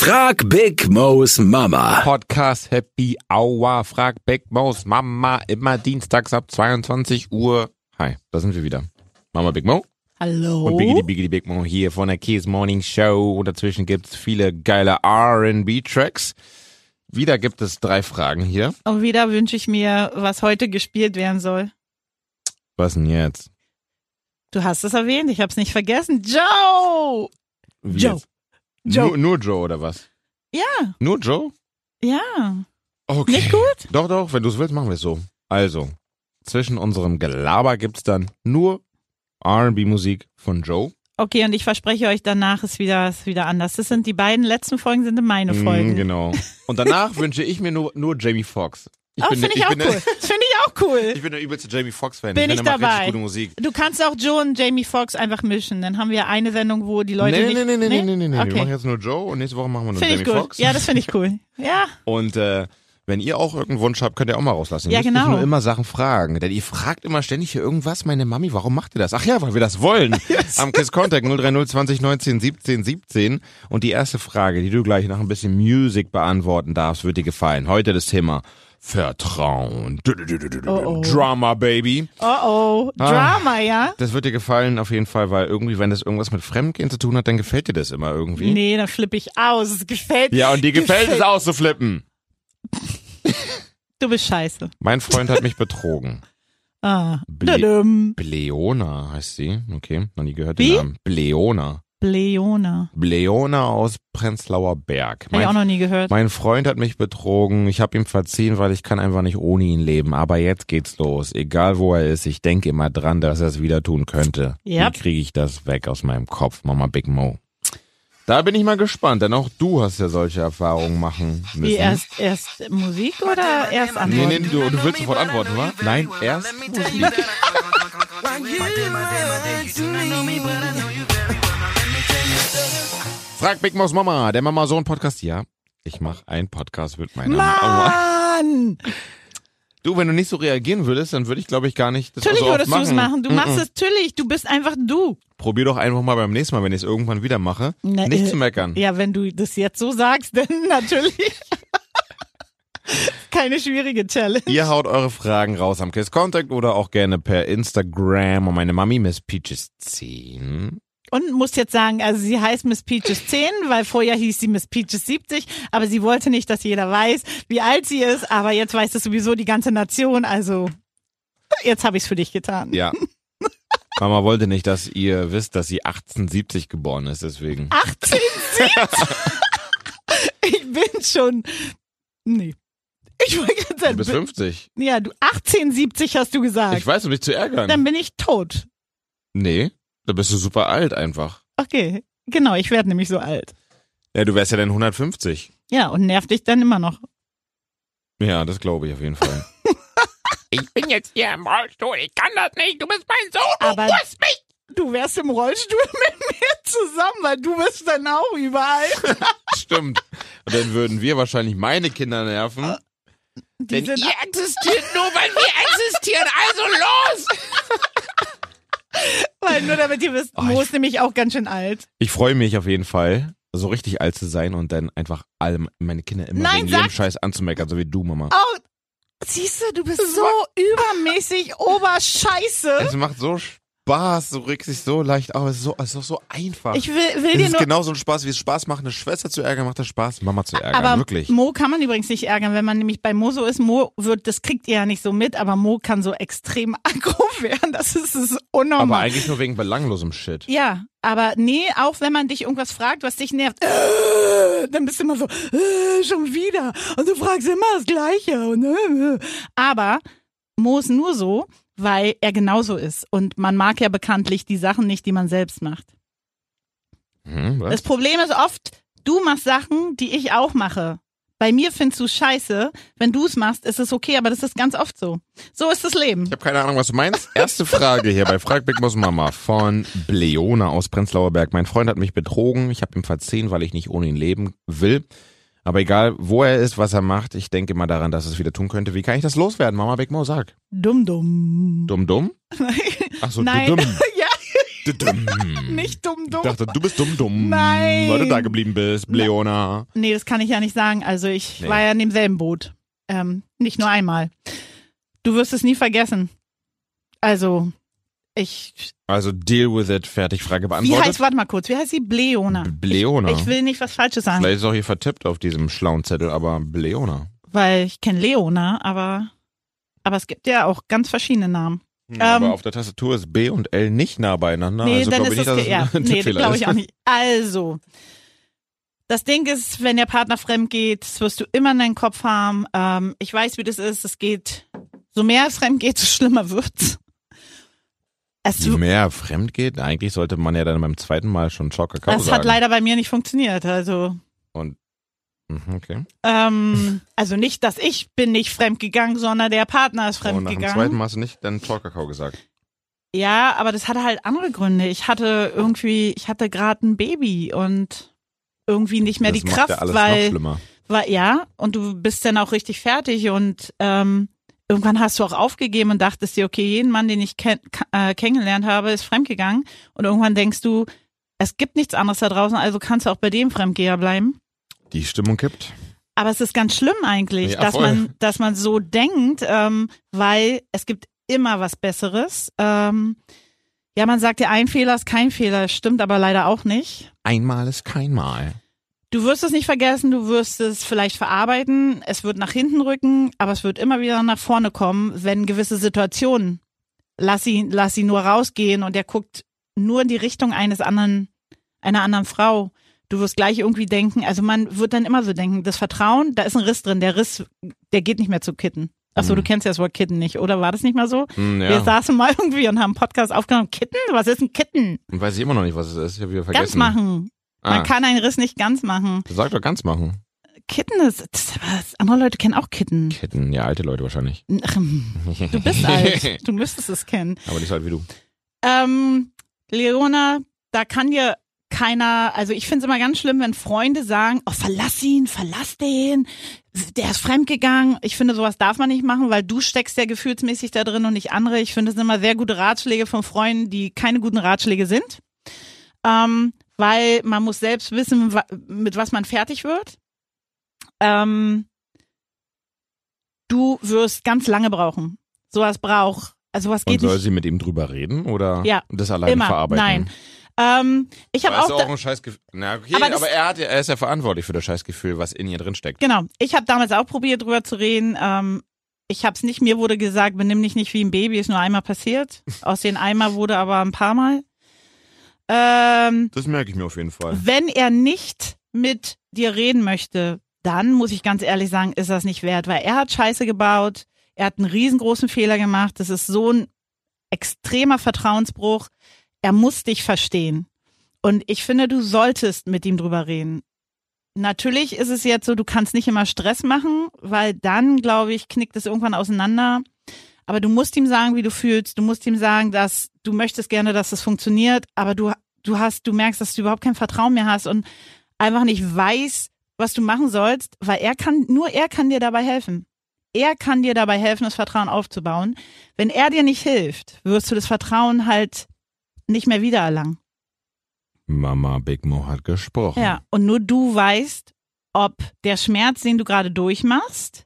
Frag Big Mo's Mama. Podcast Happy Hour. Frag Beckmaus Mama immer dienstags ab 22 Uhr. Hi, da sind wir wieder. Mama Big Mo Hallo. und Biggity Biggity Big Mo hier von der Kies Morning Show. Und dazwischen gibt's viele geile R&B-Tracks. Wieder gibt es drei Fragen hier. Und wieder wünsche ich mir, was heute gespielt werden soll. Was denn jetzt? Du hast es erwähnt, ich habe es nicht vergessen. Joe! Wie Joe. jetzt? Joe. Nur, nur Joe oder was? Ja, Nur Joe? ja. Okay. Nicht gut? Doch, doch, wenn du es willst, machen wir es so. Also, zwischen unserem Gelaber gibt's dann nur R&B-Musik von Joe. Okay, und ich verspreche euch, danach ist wieder, ist wieder anders. Das sind die beiden letzten Folgen, sind meine Mm, Folgen. genau. Und danach wünsche ich mir nur, nur Jamie Foxx. Ich, oh, bin, finde ich, auch bin, ne- cool. Das finde ich auch ich cool. bin der übelste Jamie Foxx-Fan. Bin ich ich finde, er macht dabei. Richtig gute Musik. Du kannst auch Joe und Jamie Foxx einfach mischen. Dann haben wir eine Sendung, wo die Leute. nee, nicht, nee, nee, nee, nee, nee, nee, nee. Wir machen Okay. jetzt nur Joe und nächste Woche machen wir nur Finde Jamie ich gut. Foxx. Ja, das finde ich cool. Ja. Und äh, wenn ihr auch irgendeinen Wunsch habt, könnt ihr auch mal rauslassen. Ihr Ja, müsst nicht genau. nur immer Sachen fragen. Denn ihr fragt immer ständig hier irgendwas. Meine Mami, warum macht ihr das? Ach ja, weil wir das wollen. Am Kiss Contact 030 20 19 17 17. Und die erste Frage, die du gleich nach ein bisschen Music beantworten darfst, wird dir gefallen. Heute das Thema Vertrauen. Oh, oh. Drama, Baby. Oh oh. Ah. Drama, ja? Das wird dir gefallen auf jeden Fall, weil irgendwie, wenn das irgendwas mit Fremdgehen zu tun hat, dann gefällt dir das immer irgendwie. Nee, dann flippe ich aus. Es gefällt Ja, und dir gefällt es auszuflippen. Du bist scheiße. Mein Freund hat mich betrogen. Ah. Ble- Dadum. Bleona heißt sie. Okay, noch nie gehört Wie? den Namen. Bleona. Bleona. Bleona aus Prenzlauer Berg. Habe ich auch Mein, noch nie gehört. mein Freund hat mich betrogen. Ich habe ihm verziehen, weil ich kann einfach nicht ohne ihn leben. Aber jetzt geht's los. Egal wo er ist, ich denke immer dran, dass er es wieder tun könnte. Yep. Wie kriege ich das weg aus meinem Kopf, Mama Big Mo? Da bin ich mal gespannt, denn auch du hast ja solche Erfahrungen machen müssen. Wie erst, erst Musik oder erst Nee, Antworten? nee, du, du willst sofort antworten, wa? Nein, erst. Frag Big Maus Mama, der Mama Sohn Podcast. Ja, ich mache einen Podcast mit meiner Mama. Mann! Du, wenn du nicht so reagieren würdest, dann würde ich, glaube ich, gar nicht das Natürlich so oft würdest du es machen. Du machst es natürlich. Du bist einfach du. Probier doch einfach mal beim nächsten Mal, wenn ich es irgendwann wieder mache, Na, nicht äh, zu meckern. Ja, wenn du das jetzt so sagst, dann natürlich. Keine schwierige Challenge. Ihr haut eure Fragen raus am Kiss Contact oder auch gerne per Instagram und meine Mami Miss Peaches 10. Und musst jetzt sagen, also sie heißt Miss Peaches 10, weil vorher hieß sie Miss Peaches 70, aber sie wollte nicht, dass jeder weiß, wie alt sie ist, aber jetzt weiß das sowieso die ganze Nation, also jetzt habe ich es für dich getan. Ja. Mama wollte nicht, dass ihr wisst, dass sie 1870 geboren ist, deswegen. 18, 70. ich bin schon. Nee. Ich wollte gerade Du sagen, bist bi- 50. ja, du 18, 70 hast du gesagt. Ich weiß, um dich zu ärgern. Dann bin ich tot. Nee, da bist du super alt einfach. Okay, genau, ich werde nämlich so alt. Ja, du wärst ja dann 150. Ja, und nerv dich dann immer noch. Ja, das glaube ich auf jeden Fall. Ich bin jetzt hier im Rollstuhl. Ich kann das nicht. Du bist mein Sohn. Du Aber- musst mich. Du wärst im Rollstuhl mit mir zusammen, weil du bist dann auch überall. Stimmt. Und dann würden wir wahrscheinlich meine Kinder nerven. Die sind, Ihr existiert nur, weil wir existieren. Also los. weil nur damit ihr wisst, Oh, Mo ich- ist nämlich auch ganz schön alt. Ich freue mich auf jeden Fall, so richtig alt zu sein und dann einfach alle meine Kinder immer Nein, wegen jedem sag- Scheiß anzumeckern, so wie du, Mama. Oh, siehst du, du bist so übermäßig oberscheiße. Es macht so Spaß, du regst dich so leicht auf. Es ist, so, es ist doch so einfach. Ich will, will es dir ist genau- nur genauso ein Spaß, wie es Spaß macht, eine Schwester zu ärgern, macht das Spaß, Mama zu ärgern. Aber Wirklich. Mo kann man übrigens nicht ärgern, wenn man nämlich bei Mo so ist. Mo wird, das kriegt ihr ja nicht so mit, aber Mo kann so extrem aggro werden. Das ist, das ist Aber unnormal. eigentlich nur wegen belanglosem Shit. ja, aber nee, auch wenn man dich irgendwas fragt, was dich nervt, äh, dann bist du immer so, äh, schon wieder. Und du fragst immer das Gleiche. Und, äh, äh. Aber Mo ist nur so, weil er genauso ist. Und man mag ja bekanntlich die Sachen nicht, die man selbst macht. Hm, was? Das Problem ist oft, du machst Sachen, die ich auch mache. Bei mir findest du scheiße. Wenn du es machst, ist es okay, aber das ist ganz oft so. So ist das Leben. Ich habe keine Ahnung, was du meinst. Erste Frage hier bei Frag Big Boss Mama von Bleona aus Prenzlauer Berg. Mein Freund hat mich betrogen. Ich habe ihm verziehen, weil ich nicht ohne ihn leben will. Aber egal, wo er ist, was er macht, ich denke immer daran, dass er es wieder tun könnte. Wie kann ich das loswerden? Mama Big Mo, sag. Dumm, dumm. Dumm, dumm? Ach so, du Nein. dumm. ja, Nicht dumm, dumm. Ich dachte, du bist dumm, dumm. Nein. Weil du da geblieben bist, Leona. Nee, das kann ich ja nicht sagen. Also ich Nee. war ja in demselben Boot. Ähm, nicht nur einmal. Du wirst es nie vergessen. Also, ich. Also deal with it, fertig, Frage Wie beantwortet. heißt, warte mal kurz, wie heißt sie? Bleona. Bleona. Ich will nicht was Falsches sagen, Vielleicht ist auch hier vertippt auf diesem schlauen Zettel, aber Bleona. weil ich kenne Leona, aber, aber es gibt ja auch ganz verschiedene Namen. Hm, aber auf der Tastatur ist B und L nicht nah beieinander. Ähm, nee, also dann glaube ist ich nicht, das dass ge- ja. es ein Nee, Tippfehler glaube ist. ich auch nicht. Also, das Ding ist, wenn der Partner fremd geht, das wirst du immer in deinen Kopf haben. Ähm, ich weiß, wie das ist. Es geht, so mehr es fremd geht, so schlimmer wird's. Es, Je mehr fremd geht, eigentlich sollte man ja dann beim zweiten Mal schon Schocker kaufen. das hat leider bei mir nicht funktioniert. Also, Mhm, Okay. ähm, also nicht, dass ich bin nicht fremd gegangen, sondern der Partner ist fremd Und Oh, nach dem gegangen. zweiten Mal hast du nicht dann Talkakao gesagt. Ja, aber das hatte halt andere Gründe. Ich hatte irgendwie, ich hatte gerade ein Baby und irgendwie nicht mehr das die macht Kraft, ja alles noch weil, schlimmer. weil ja, und du bist dann auch richtig fertig und ähm, irgendwann hast du auch aufgegeben und dachtest dir, okay, jeden Mann, den ich ken ka- äh, kennengelernt habe, ist fremdgegangen und irgendwann denkst du, es gibt nichts anderes da draußen, also kannst du auch bei dem Fremdgeher bleiben. Die Stimmung kippt. Aber es ist ganz schlimm eigentlich, Ja, dass voll. man, dass man so denkt, ähm, weil es gibt immer was Besseres. Ähm, ja, man sagt ja, ein Fehler ist kein Fehler, stimmt aber leider auch nicht. Einmal ist kein Mal. Du wirst es nicht vergessen, du wirst es vielleicht verarbeiten, es wird nach hinten rücken, aber es wird immer wieder nach vorne kommen, wenn gewisse Situationen, lass ihn, lass ihn nur rausgehen und er guckt nur in die Richtung eines anderen, einer anderen Frau. Du wirst gleich irgendwie denken, also man wird dann immer so denken, das Vertrauen, da ist ein Riss drin, der Riss, der geht nicht mehr zu kitten. Achso, Mhm. du kennst ja das Wort Kitten nicht, oder war das nicht mal so? Hm, Wir ja. saßen mal irgendwie und haben einen Podcast aufgenommen. Kitten? Was ist ein Kitten? Und weiß ich immer noch nicht, was es ist. Ich habe wieder vergessen. Ganz machen. Ah, Man kann einen Riss nicht ganz machen. sag doch ganz machen. Kitten ist, das ist was. Andere Leute kennen auch Kitten. Ketten, ja, alte Leute wahrscheinlich. Ach, du Du bist alt. Du müsstest es kennen. Aber nicht so alt wie du. Ähm, Leona, da kann dir keiner, also ich finde es immer ganz schlimm, wenn Freunde sagen, oh, verlass ihn, verlass den, der ist fremdgegangen. Ich finde, sowas darf man nicht machen, weil du steckst ja gefühlsmäßig da drin und nicht andere. Ich finde, es sind immer sehr gute Ratschläge von Freunden, die keine guten Ratschläge sind. Ähm, weil man muss selbst wissen, wa- mit was man fertig wird. Ähm, du wirst ganz lange brauchen. Sowas braucht, also was Und geht soll nicht. sie mit ihm drüber reden oder Ja, das alleine immer. verarbeiten? Nein. Ähm, ich habe Aber auch, ist da- auch ein scheiß Gefühl. Na okay, Aber aber, das- er, hat, ja- er ist ja verantwortlich für das scheiß Gefühl, was in ihr drin steckt. genau, ich habe damals auch probiert, drüber zu reden. Ähm, ich habe es nicht, mir wurde gesagt, benimm dich nicht wie ein Baby, ist nur einmal passiert. Aus den Eimer wurde aber ein paar Mal. Ähm, Das merke ich mir auf jeden Fall. wenn er nicht mit dir reden möchte, dann muss ich ganz ehrlich sagen, ist das nicht wert, weil er hat Scheiße gebaut, er hat einen riesengroßen Fehler gemacht, das ist so ein extremer Vertrauensbruch, er muss dich verstehen. Und ich finde, du solltest mit ihm drüber reden. Natürlich ist es jetzt so, du kannst nicht immer Stress machen, weil dann, glaube ich, knickt es irgendwann auseinander. Aber du musst ihm sagen, wie du fühlst. Du musst ihm sagen, dass du möchtest gerne, dass es funktioniert, aber du, du hast, du merkst, dass du überhaupt kein Vertrauen mehr hast und einfach nicht weiß, was du machen sollst, weil er kann, nur er kann dir dabei helfen. Er kann dir dabei helfen, das Vertrauen aufzubauen. Wenn er dir nicht hilft, wirst du das Vertrauen halt nicht mehr wiedererlangen. Mama Big Mo hat gesprochen. Ja, und nur du weißt, ob der Schmerz, den du gerade durchmachst,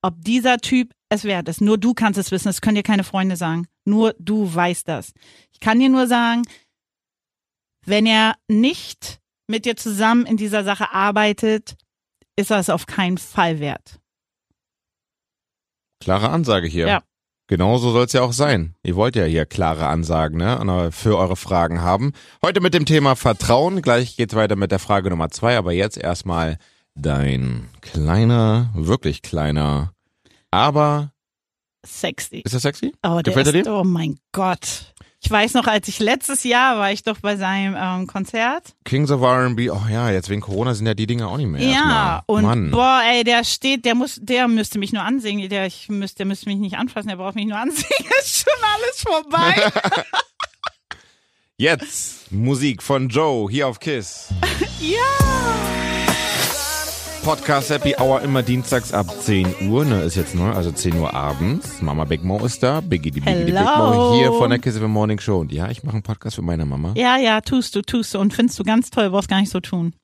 ob dieser Typ es wert ist. Nur du kannst es wissen, das können dir keine Freunde sagen. Nur du weißt das. Ich kann dir nur sagen, wenn er nicht mit dir zusammen in dieser Sache arbeitet, ist das auf keinen Fall wert. Klare Ansage hier. Ja. Genauso soll es ja auch sein. Ihr wollt ja hier klare Ansagen ne? na, für eure Fragen haben. Heute mit dem Thema Vertrauen. Gleich geht's weiter mit der Frage Nummer zwei. Aber jetzt erstmal dein kleiner, wirklich kleiner, aber Sexy. ist das sexy? Oh, der Gefällt er ist, dir? oh mein Gott. Ich weiß noch, als ich letztes Jahr war ich doch bei seinem ähm, Konzert. Kings of R&B. Oh ja, jetzt wegen Corona sind ja die Dinge auch nicht mehr. Ja, erstmal. und Mann. boah, ey, der steht, der muss, der müsste mich nur ansingen. Der, ich müsste, der müsste mich nicht anfassen, der braucht mich nur ansingen. Ist schon alles vorbei. Jetzt Musik von Joe hier auf Kiss. ja. Podcast Happy Hour immer dienstags ab 10 Uhr. Ne, ist jetzt neu, also 10 Uhr abends. Mama Big Mo ist da. Biggie, die Biggie, die Big Mo Hello. hier von der Kiss of the Morning Show. Und ja, ich mache einen Podcast für meine Mama. Ja, ja, tust du, tust du und findest du ganz toll, brauchst gar nicht so tun.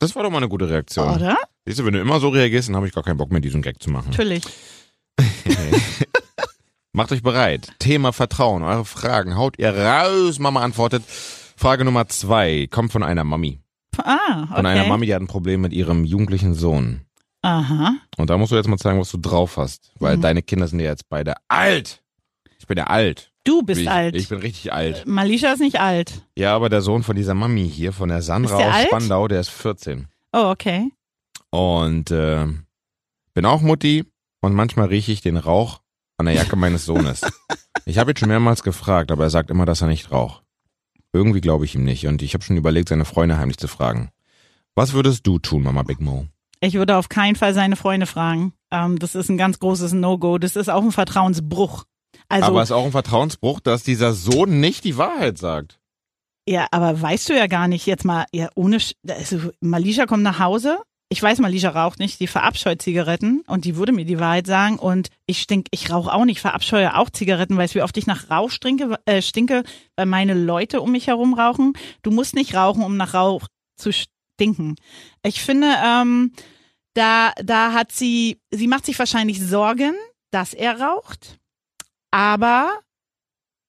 Das war doch mal eine gute Reaktion. Oder? Siehst du, wenn du immer so reagierst, dann habe ich gar keinen Bock mehr, diesen Gag zu machen. Natürlich. Macht euch bereit. Thema Vertrauen, eure Fragen. Haut ihr raus, Mama antwortet. Frage Nummer zwei kommt von einer Mami. Ah, okay. Von einer Mami, die hat ein Problem mit ihrem jugendlichen Sohn. Aha. Und da musst du jetzt mal zeigen, was du drauf hast. Weil Mhm. deine Kinder sind ja jetzt beide alt. Ich bin ja alt. Du bist ich, alt. Ich bin richtig alt. Malisha ist nicht alt. Ja, aber der Sohn von dieser Mami hier, von der Sandra Ist der aus alt? Spandau, der ist 14. Oh, okay. Und äh, bin auch Mutti und manchmal rieche ich den Rauch an der Jacke meines Sohnes. Ich habe ihn schon mehrmals gefragt, aber er sagt immer, dass er nicht raucht. Irgendwie glaube ich ihm nicht und ich habe schon überlegt, seine Freunde heimlich zu fragen. Was würdest du tun, Mama Big Mo? Ich würde auf keinen Fall seine Freunde fragen. Ähm, das ist ein ganz großes No-Go. Das ist auch ein Vertrauensbruch. Also, aber es ist auch ein Vertrauensbruch, dass dieser Sohn nicht die Wahrheit sagt. ja, aber weißt du ja gar nicht, jetzt mal, ja, ohne, Sch- also, Malisha kommt nach Hause. Ich weiß, Malisha raucht nicht. Die verabscheut Zigaretten und die würde mir die Wahrheit sagen. Und ich stink, ich rauche auch nicht, verabscheue auch Zigaretten. Weißt du, wie oft ich nach Rauch stinke, äh, stinke, weil meine Leute um mich herum rauchen? Du musst nicht rauchen, um nach Rauch zu stinken. Ich finde, ähm, da, da hat sie, sie macht sich wahrscheinlich Sorgen, dass er raucht. Aber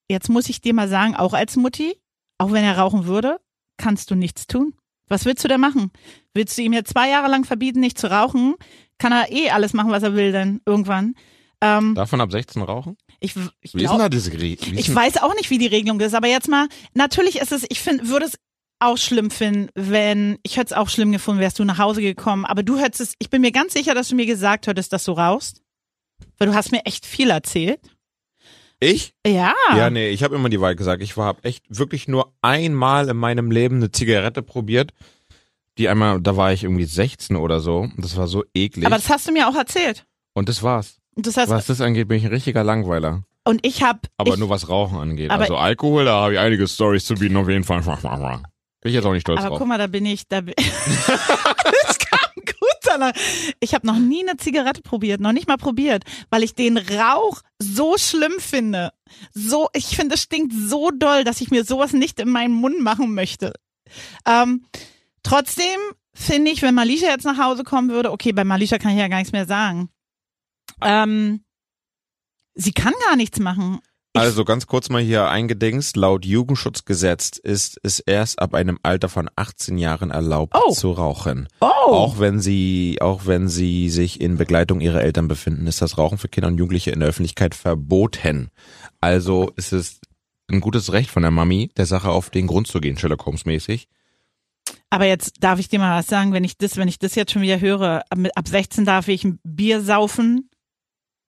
jetzt muss ich dir mal sagen, auch als Mutti, auch wenn er rauchen würde, kannst du nichts tun. Was willst du denn machen? Willst du ihm jetzt zwei Jahre lang verbieten, nicht zu rauchen? Kann er eh alles machen, was er will, dann irgendwann. Ähm, Darf man ab 16 rauchen? ich ich Wie ist glaub- denn da diese Re- wie ist ich denn- weiß auch nicht, wie die Regelung ist, aber jetzt mal, natürlich ist es, ich finde, würde es auch schlimm finden, wenn, ich hätte es auch schlimm gefunden, wärst du nach Hause gekommen, aber du hättest es, ich bin mir ganz sicher, dass du mir gesagt hättest, dass du rauchst, weil du hast mir echt viel erzählt. Ich? Ja, Ja, nee, ich habe immer die Wahrheit gesagt. Ich habe echt wirklich nur einmal in meinem Leben eine Zigarette probiert. Die einmal, da war ich irgendwie 16 oder so. Und Das war so eklig. aber das hast du mir auch erzählt. und das war's. Und Das heißt, Was das angeht, bin ich ein richtiger Langweiler. und ich habe, Aber ich, nur was Rauchen angeht. Aber- also Alkohol, da habe ich einige Stories zu bieten, auf jeden Fall. Bin ich jetzt auch nicht stolz aber guck drauf. mal, da bin ich, da bin, das kam gut danach. Ich habe noch nie eine Zigarette probiert, noch nicht mal probiert, weil ich den Rauch so schlimm finde. So, ich finde, es stinkt so doll, dass ich mir sowas nicht in meinen Mund machen möchte. Ähm, trotzdem finde ich, wenn Malisha jetzt nach Hause kommen würde, okay, bei Malisha kann ich ja gar nichts mehr sagen. Ähm, sie kann gar nichts machen. ich- Also ganz kurz mal hier eingedingst. Laut Jugendschutzgesetz ist es erst ab einem Alter von 18 Jahren erlaubt Oh. zu rauchen. Oh, Auch wenn sie, auch wenn sie sich in Begleitung ihrer Eltern befinden, ist das Rauchen für Kinder und Jugendliche in der Öffentlichkeit verboten. Also ist es ein gutes Recht von der Mami, der Sache auf den Grund zu gehen, Sherlock Holmes mäßig. Aber jetzt darf ich dir mal was sagen, wenn ich das, wenn ich das jetzt schon wieder höre, ab, mit- ab 16 darf ich ein Bier saufen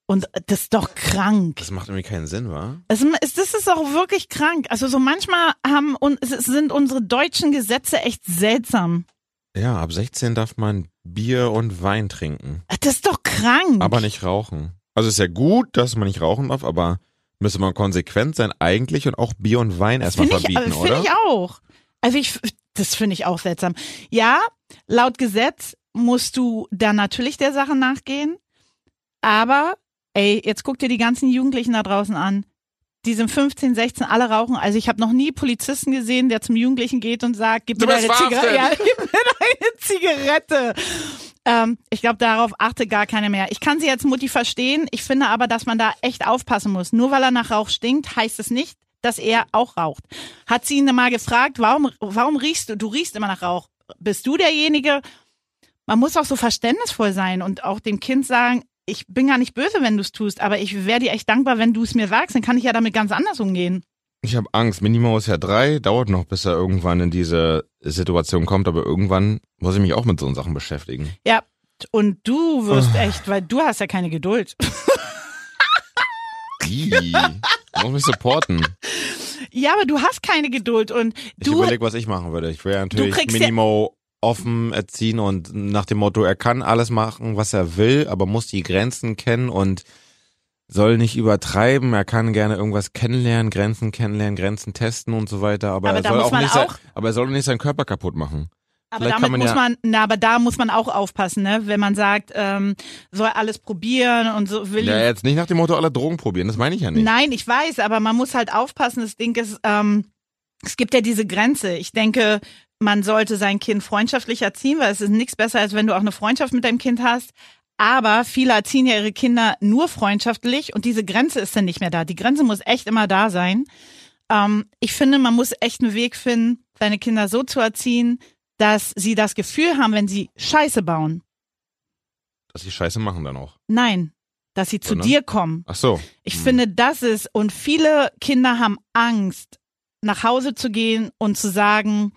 und das ist doch krank. Das macht irgendwie keinen Sinn, wa? Es ist, das ist auch wirklich krank. Also so manchmal haben und es ist- sind unsere deutschen Gesetze echt seltsam. Ja, ab 16 darf man Bier und Wein trinken, Das ist doch krank. aber nicht rauchen. Also ist ja gut, dass man nicht rauchen darf, aber müsste man konsequent sein eigentlich und auch Bier und Wein erstmal Finde ich, verbieten, äh, oder? Finde ich auch. Also ich, das finde ich auch seltsam. Ja, laut Gesetz musst du da natürlich der Sache nachgehen. Aber, ey, jetzt guck dir die ganzen Jugendlichen da draußen an. Die sind 15, 16, alle rauchen. Also ich habe noch nie Polizisten gesehen, der zum Jugendlichen geht und sagt, gib Du mir deine bist Zigarette. Ja, verhaftet. gib mir deine Zigarette. Ähm, ich glaube, darauf achtet gar keiner mehr. Ich kann sie jetzt Mutti verstehen. Ich finde aber, dass man da echt aufpassen muss. Nur weil er nach Rauch stinkt, heißt es nicht, dass er auch raucht. Hat sie ihn mal gefragt, warum, warum riechst du? Du riechst immer nach Rauch. Bist du derjenige? Man muss auch so verständnisvoll sein und auch dem Kind sagen, ich bin gar nicht böse, wenn du es tust, aber ich wäre dir echt dankbar, wenn du es mir sagst. Dann kann ich ja damit ganz anders umgehen. Ich habe Angst. Minimo ist ja drei, dauert noch, bis er irgendwann in diese Situation kommt, aber irgendwann muss ich mich auch mit so Sachen beschäftigen. Ja, und du wirst Ah. echt, weil du hast ja keine Geduld. Ih, muss mich supporten. Ja, aber du hast keine Geduld und Ich du überlege, was ich machen würde. Ich wäre natürlich kriegst ja- Minimo offen erziehen und nach dem Motto, er kann alles machen, was er will, aber muss die Grenzen kennen und soll nicht übertreiben. Er kann gerne irgendwas kennenlernen, Grenzen kennenlernen, Grenzen testen und so weiter, aber, Aber er da soll muss auch man nicht sein, auch- aber er soll auch nicht seinen Körper kaputt machen. Aber Vielleicht damit kann man muss ja- man, na, aber da muss man auch aufpassen, ne? Wenn man sagt, ähm, soll alles probieren und so will Ja, jetzt nicht nach dem Motto alle Drogen probieren, das meine ich ja nicht. Nein, ich weiß, aber man muss halt aufpassen. Das Ding ist, ähm, es gibt ja diese Grenze. Ich denke, man sollte sein Kind freundschaftlich erziehen, weil es ist nichts besser, als wenn du auch eine Freundschaft mit deinem Kind hast. Aber viele erziehen ja ihre Kinder nur freundschaftlich und diese Grenze ist dann nicht mehr da. Die Grenze muss echt immer da sein. Ähm, ich finde, man muss echt einen Weg finden, seine Kinder so zu erziehen, dass sie das Gefühl haben, wenn sie Scheiße bauen. Dass die Scheiße machen dann auch. Nein, dass sie zu Sondern? dir kommen. Ach so. Ich Hm. finde, das ist, und viele Kinder haben Angst, nach Hause zu gehen und zu sagen,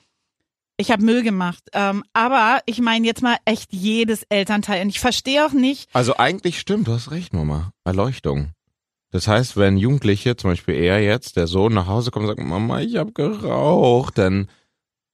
ich habe Müll gemacht. Ähm, aber ich meine jetzt mal echt jedes Elternteil. Und ich verstehe auch nicht, Also eigentlich stimmt, du hast recht, Mama. Erleuchtung. Das heißt, wenn Jugendliche, zum Beispiel er jetzt, der Sohn nach Hause kommt und sagt, Mama, ich habe geraucht, dann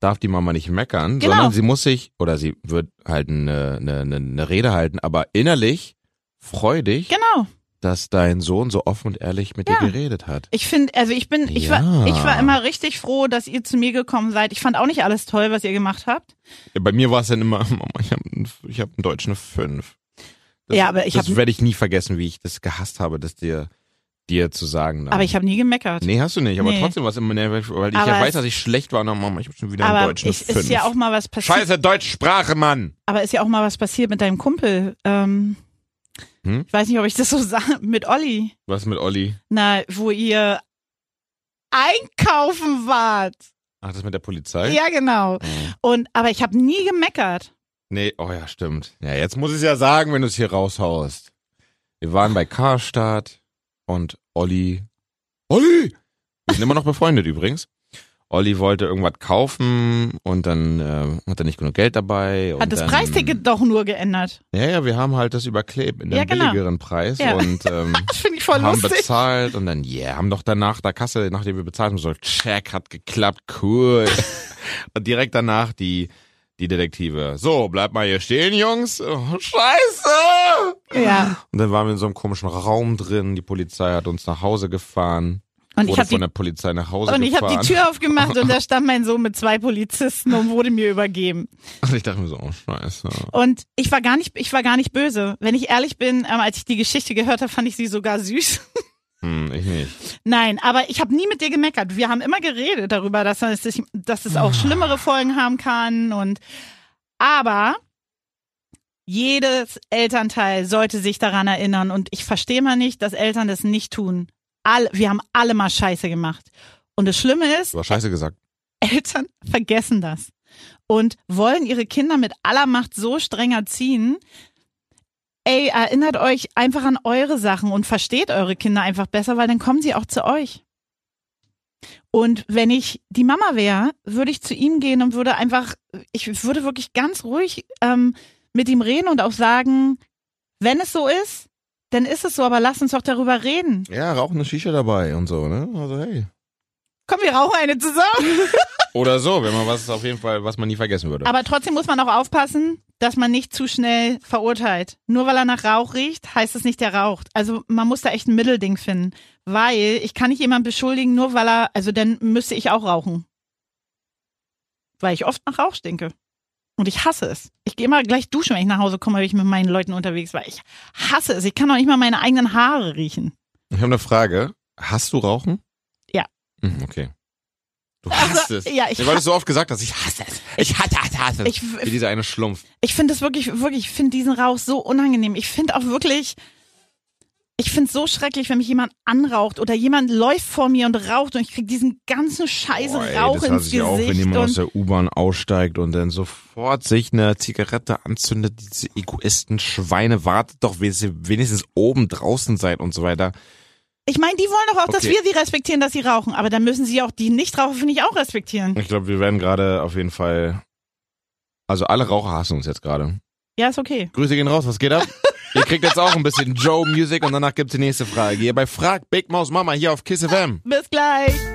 darf die Mama nicht meckern, Genau. sondern sie muss sich, oder sie wird halt eine, eine, eine- eine Rede halten, aber innerlich freu dich, genau. dass dein Sohn so offen und ehrlich mit Ja. dir geredet hat. Ich finde, also ich bin, ich, war, Ja. ich war immer richtig froh, dass ihr zu mir gekommen seid. Ich fand auch nicht alles toll, was ihr gemacht habt. Ja, Bei mir war es dann immer, Mama, ich habe ich hab einen deutschen 5. Ja, aber ich Das hab- werde ich nie vergessen, wie ich das gehasst habe, das dir, dir zu sagen. dann. Aber ich habe nie gemeckert. Nee, hast du nicht, aber Nee. trotzdem war es immer nervig, weil ich Aber ja es- weiß, dass ich schlecht war. Na, Mama, ich habe schon wieder einen aber deutschen ich, fünf. ist ja auch mal was passiert. Scheiße, Deutschsprache, Mann! Aber ist ja auch mal was passiert mit deinem Kumpel. Ähm, Hm? Ich weiß nicht, ob ich das so sage. Mit Olli. Was mit Olli? Na, wo ihr einkaufen wart. Ach, das mit der Polizei? Ja, genau. Mhm. Und aber ich habe nie gemeckert. Nee, oh ja, stimmt. Ja, jetzt muss ich es ja sagen, wenn du es hier raushaust. Wir waren bei Karstadt und Olli. Olli! Wir sind immer noch befreundet übrigens. Olli wollte irgendwas kaufen und dann äh, hat er nicht genug Geld dabei. und Hat das dann, Preisticket doch nur geändert. Ja, ja, wir haben halt das überklebt in einem Ja, genau. billigeren Preis Ja. und ähm, Das finde ich voll haben lustig. bezahlt und dann, yeah, haben doch danach der Kasse, nachdem wir bezahlt haben, so, check, hat geklappt, cool. und direkt danach die, die Detektive. So, bleibt mal hier stehen, Jungs. Oh, scheiße! Ja. Und dann waren wir in so einem komischen Raum drin. Die Polizei hat uns nach Hause gefahren. Und ich wurde habe von die, der Polizei nach Hause und ich hab gefahren. die Tür aufgemacht und da stand mein Sohn mit zwei Polizisten und wurde mir übergeben. Und ich dachte mir so, oh, scheiße. Und ich war gar nicht, ich war gar nicht böse. Wenn ich ehrlich bin, ähm, als ich die Geschichte gehört habe, fand ich sie sogar süß. Hm, ich nicht. Nein, aber ich habe nie mit dir gemeckert. Wir haben immer geredet darüber, dass es, sich- dass es auch schlimmere Folgen haben kann und aber jedes Elternteil sollte sich daran erinnern und ich verstehe mal nicht, dass Eltern das nicht tun. All, wir haben alle mal Scheiße gemacht. Und das Schlimme ist, Du hast scheiße gesagt. Eltern vergessen das und wollen ihre Kinder mit aller Macht so streng erziehen. Ey, erinnert euch einfach an eure Sachen und versteht eure Kinder einfach besser, weil dann kommen sie auch zu euch. Und wenn ich die Mama wäre, würde ich zu ihm gehen und würde einfach, ich würde wirklich ganz ruhig ähm, mit ihm reden und auch sagen, wenn es so ist, dann ist es so, aber lass uns doch darüber reden. Ja, rauchen eine Shisha dabei und so, ne? Also, hey. Komm, wir rauchen eine zusammen. Oder so, wenn man was auf jeden Fall, was man nie vergessen würde. Aber trotzdem muss man auch aufpassen, dass man nicht zu schnell verurteilt. Nur weil er nach Rauch riecht, heißt es nicht, der raucht. Also man muss da echt ein Mittelding finden. Weil ich kann nicht jemanden beschuldigen, nur weil er, also dann müsste ich auch rauchen. Weil ich oft nach Rauch stinke. Und ich hasse es. Ich gehe immer gleich duschen, wenn ich nach Hause komme, weil ich mit meinen Leuten unterwegs war. Ich hasse es. Ich kann auch nicht mal meine eigenen Haare riechen. Ich habe eine Frage. Hast du Rauchen? Ja. Hm, Okay. Du Also, hasst es. ja, ich weil du ha- es so oft gesagt hast, ich hasse es. Ich hasse, hasse, hasse es. Ich- Wie dieser eine Schlumpf. Ich finde das wirklich, wirklich, ich finde diesen Rauch so unangenehm. Ich finde auch wirklich, ich finde es so schrecklich, wenn mich jemand anraucht oder jemand läuft vor mir und raucht und ich kriege diesen ganzen scheiße Boah, ey, Rauch das hasse ins ich auch, wenn Gesicht. jemand aus Und der U-Bahn aussteigt und dann sofort sich eine Zigarette anzündet. Diese Egoisten, Schweine, wartet doch, bis ihr wenigstens oben draußen seid und so weiter. ich meine, die wollen doch auch, dass Okay. wir sie respektieren, dass sie rauchen. Aber dann müssen sie auch die Nichtraucher, finde ich, auch respektieren. Ich glaube, wir werden gerade auf jeden Fall... Also alle Raucher hassen uns jetzt gerade. Ja, ist okay. Grüße gehen raus, was geht ab? Ihr kriegt jetzt auch ein bisschen Joe Music und danach gibt's die nächste Frage. Hier bei Frag Big Maus Mama hier auf Kiss FM. Bis gleich.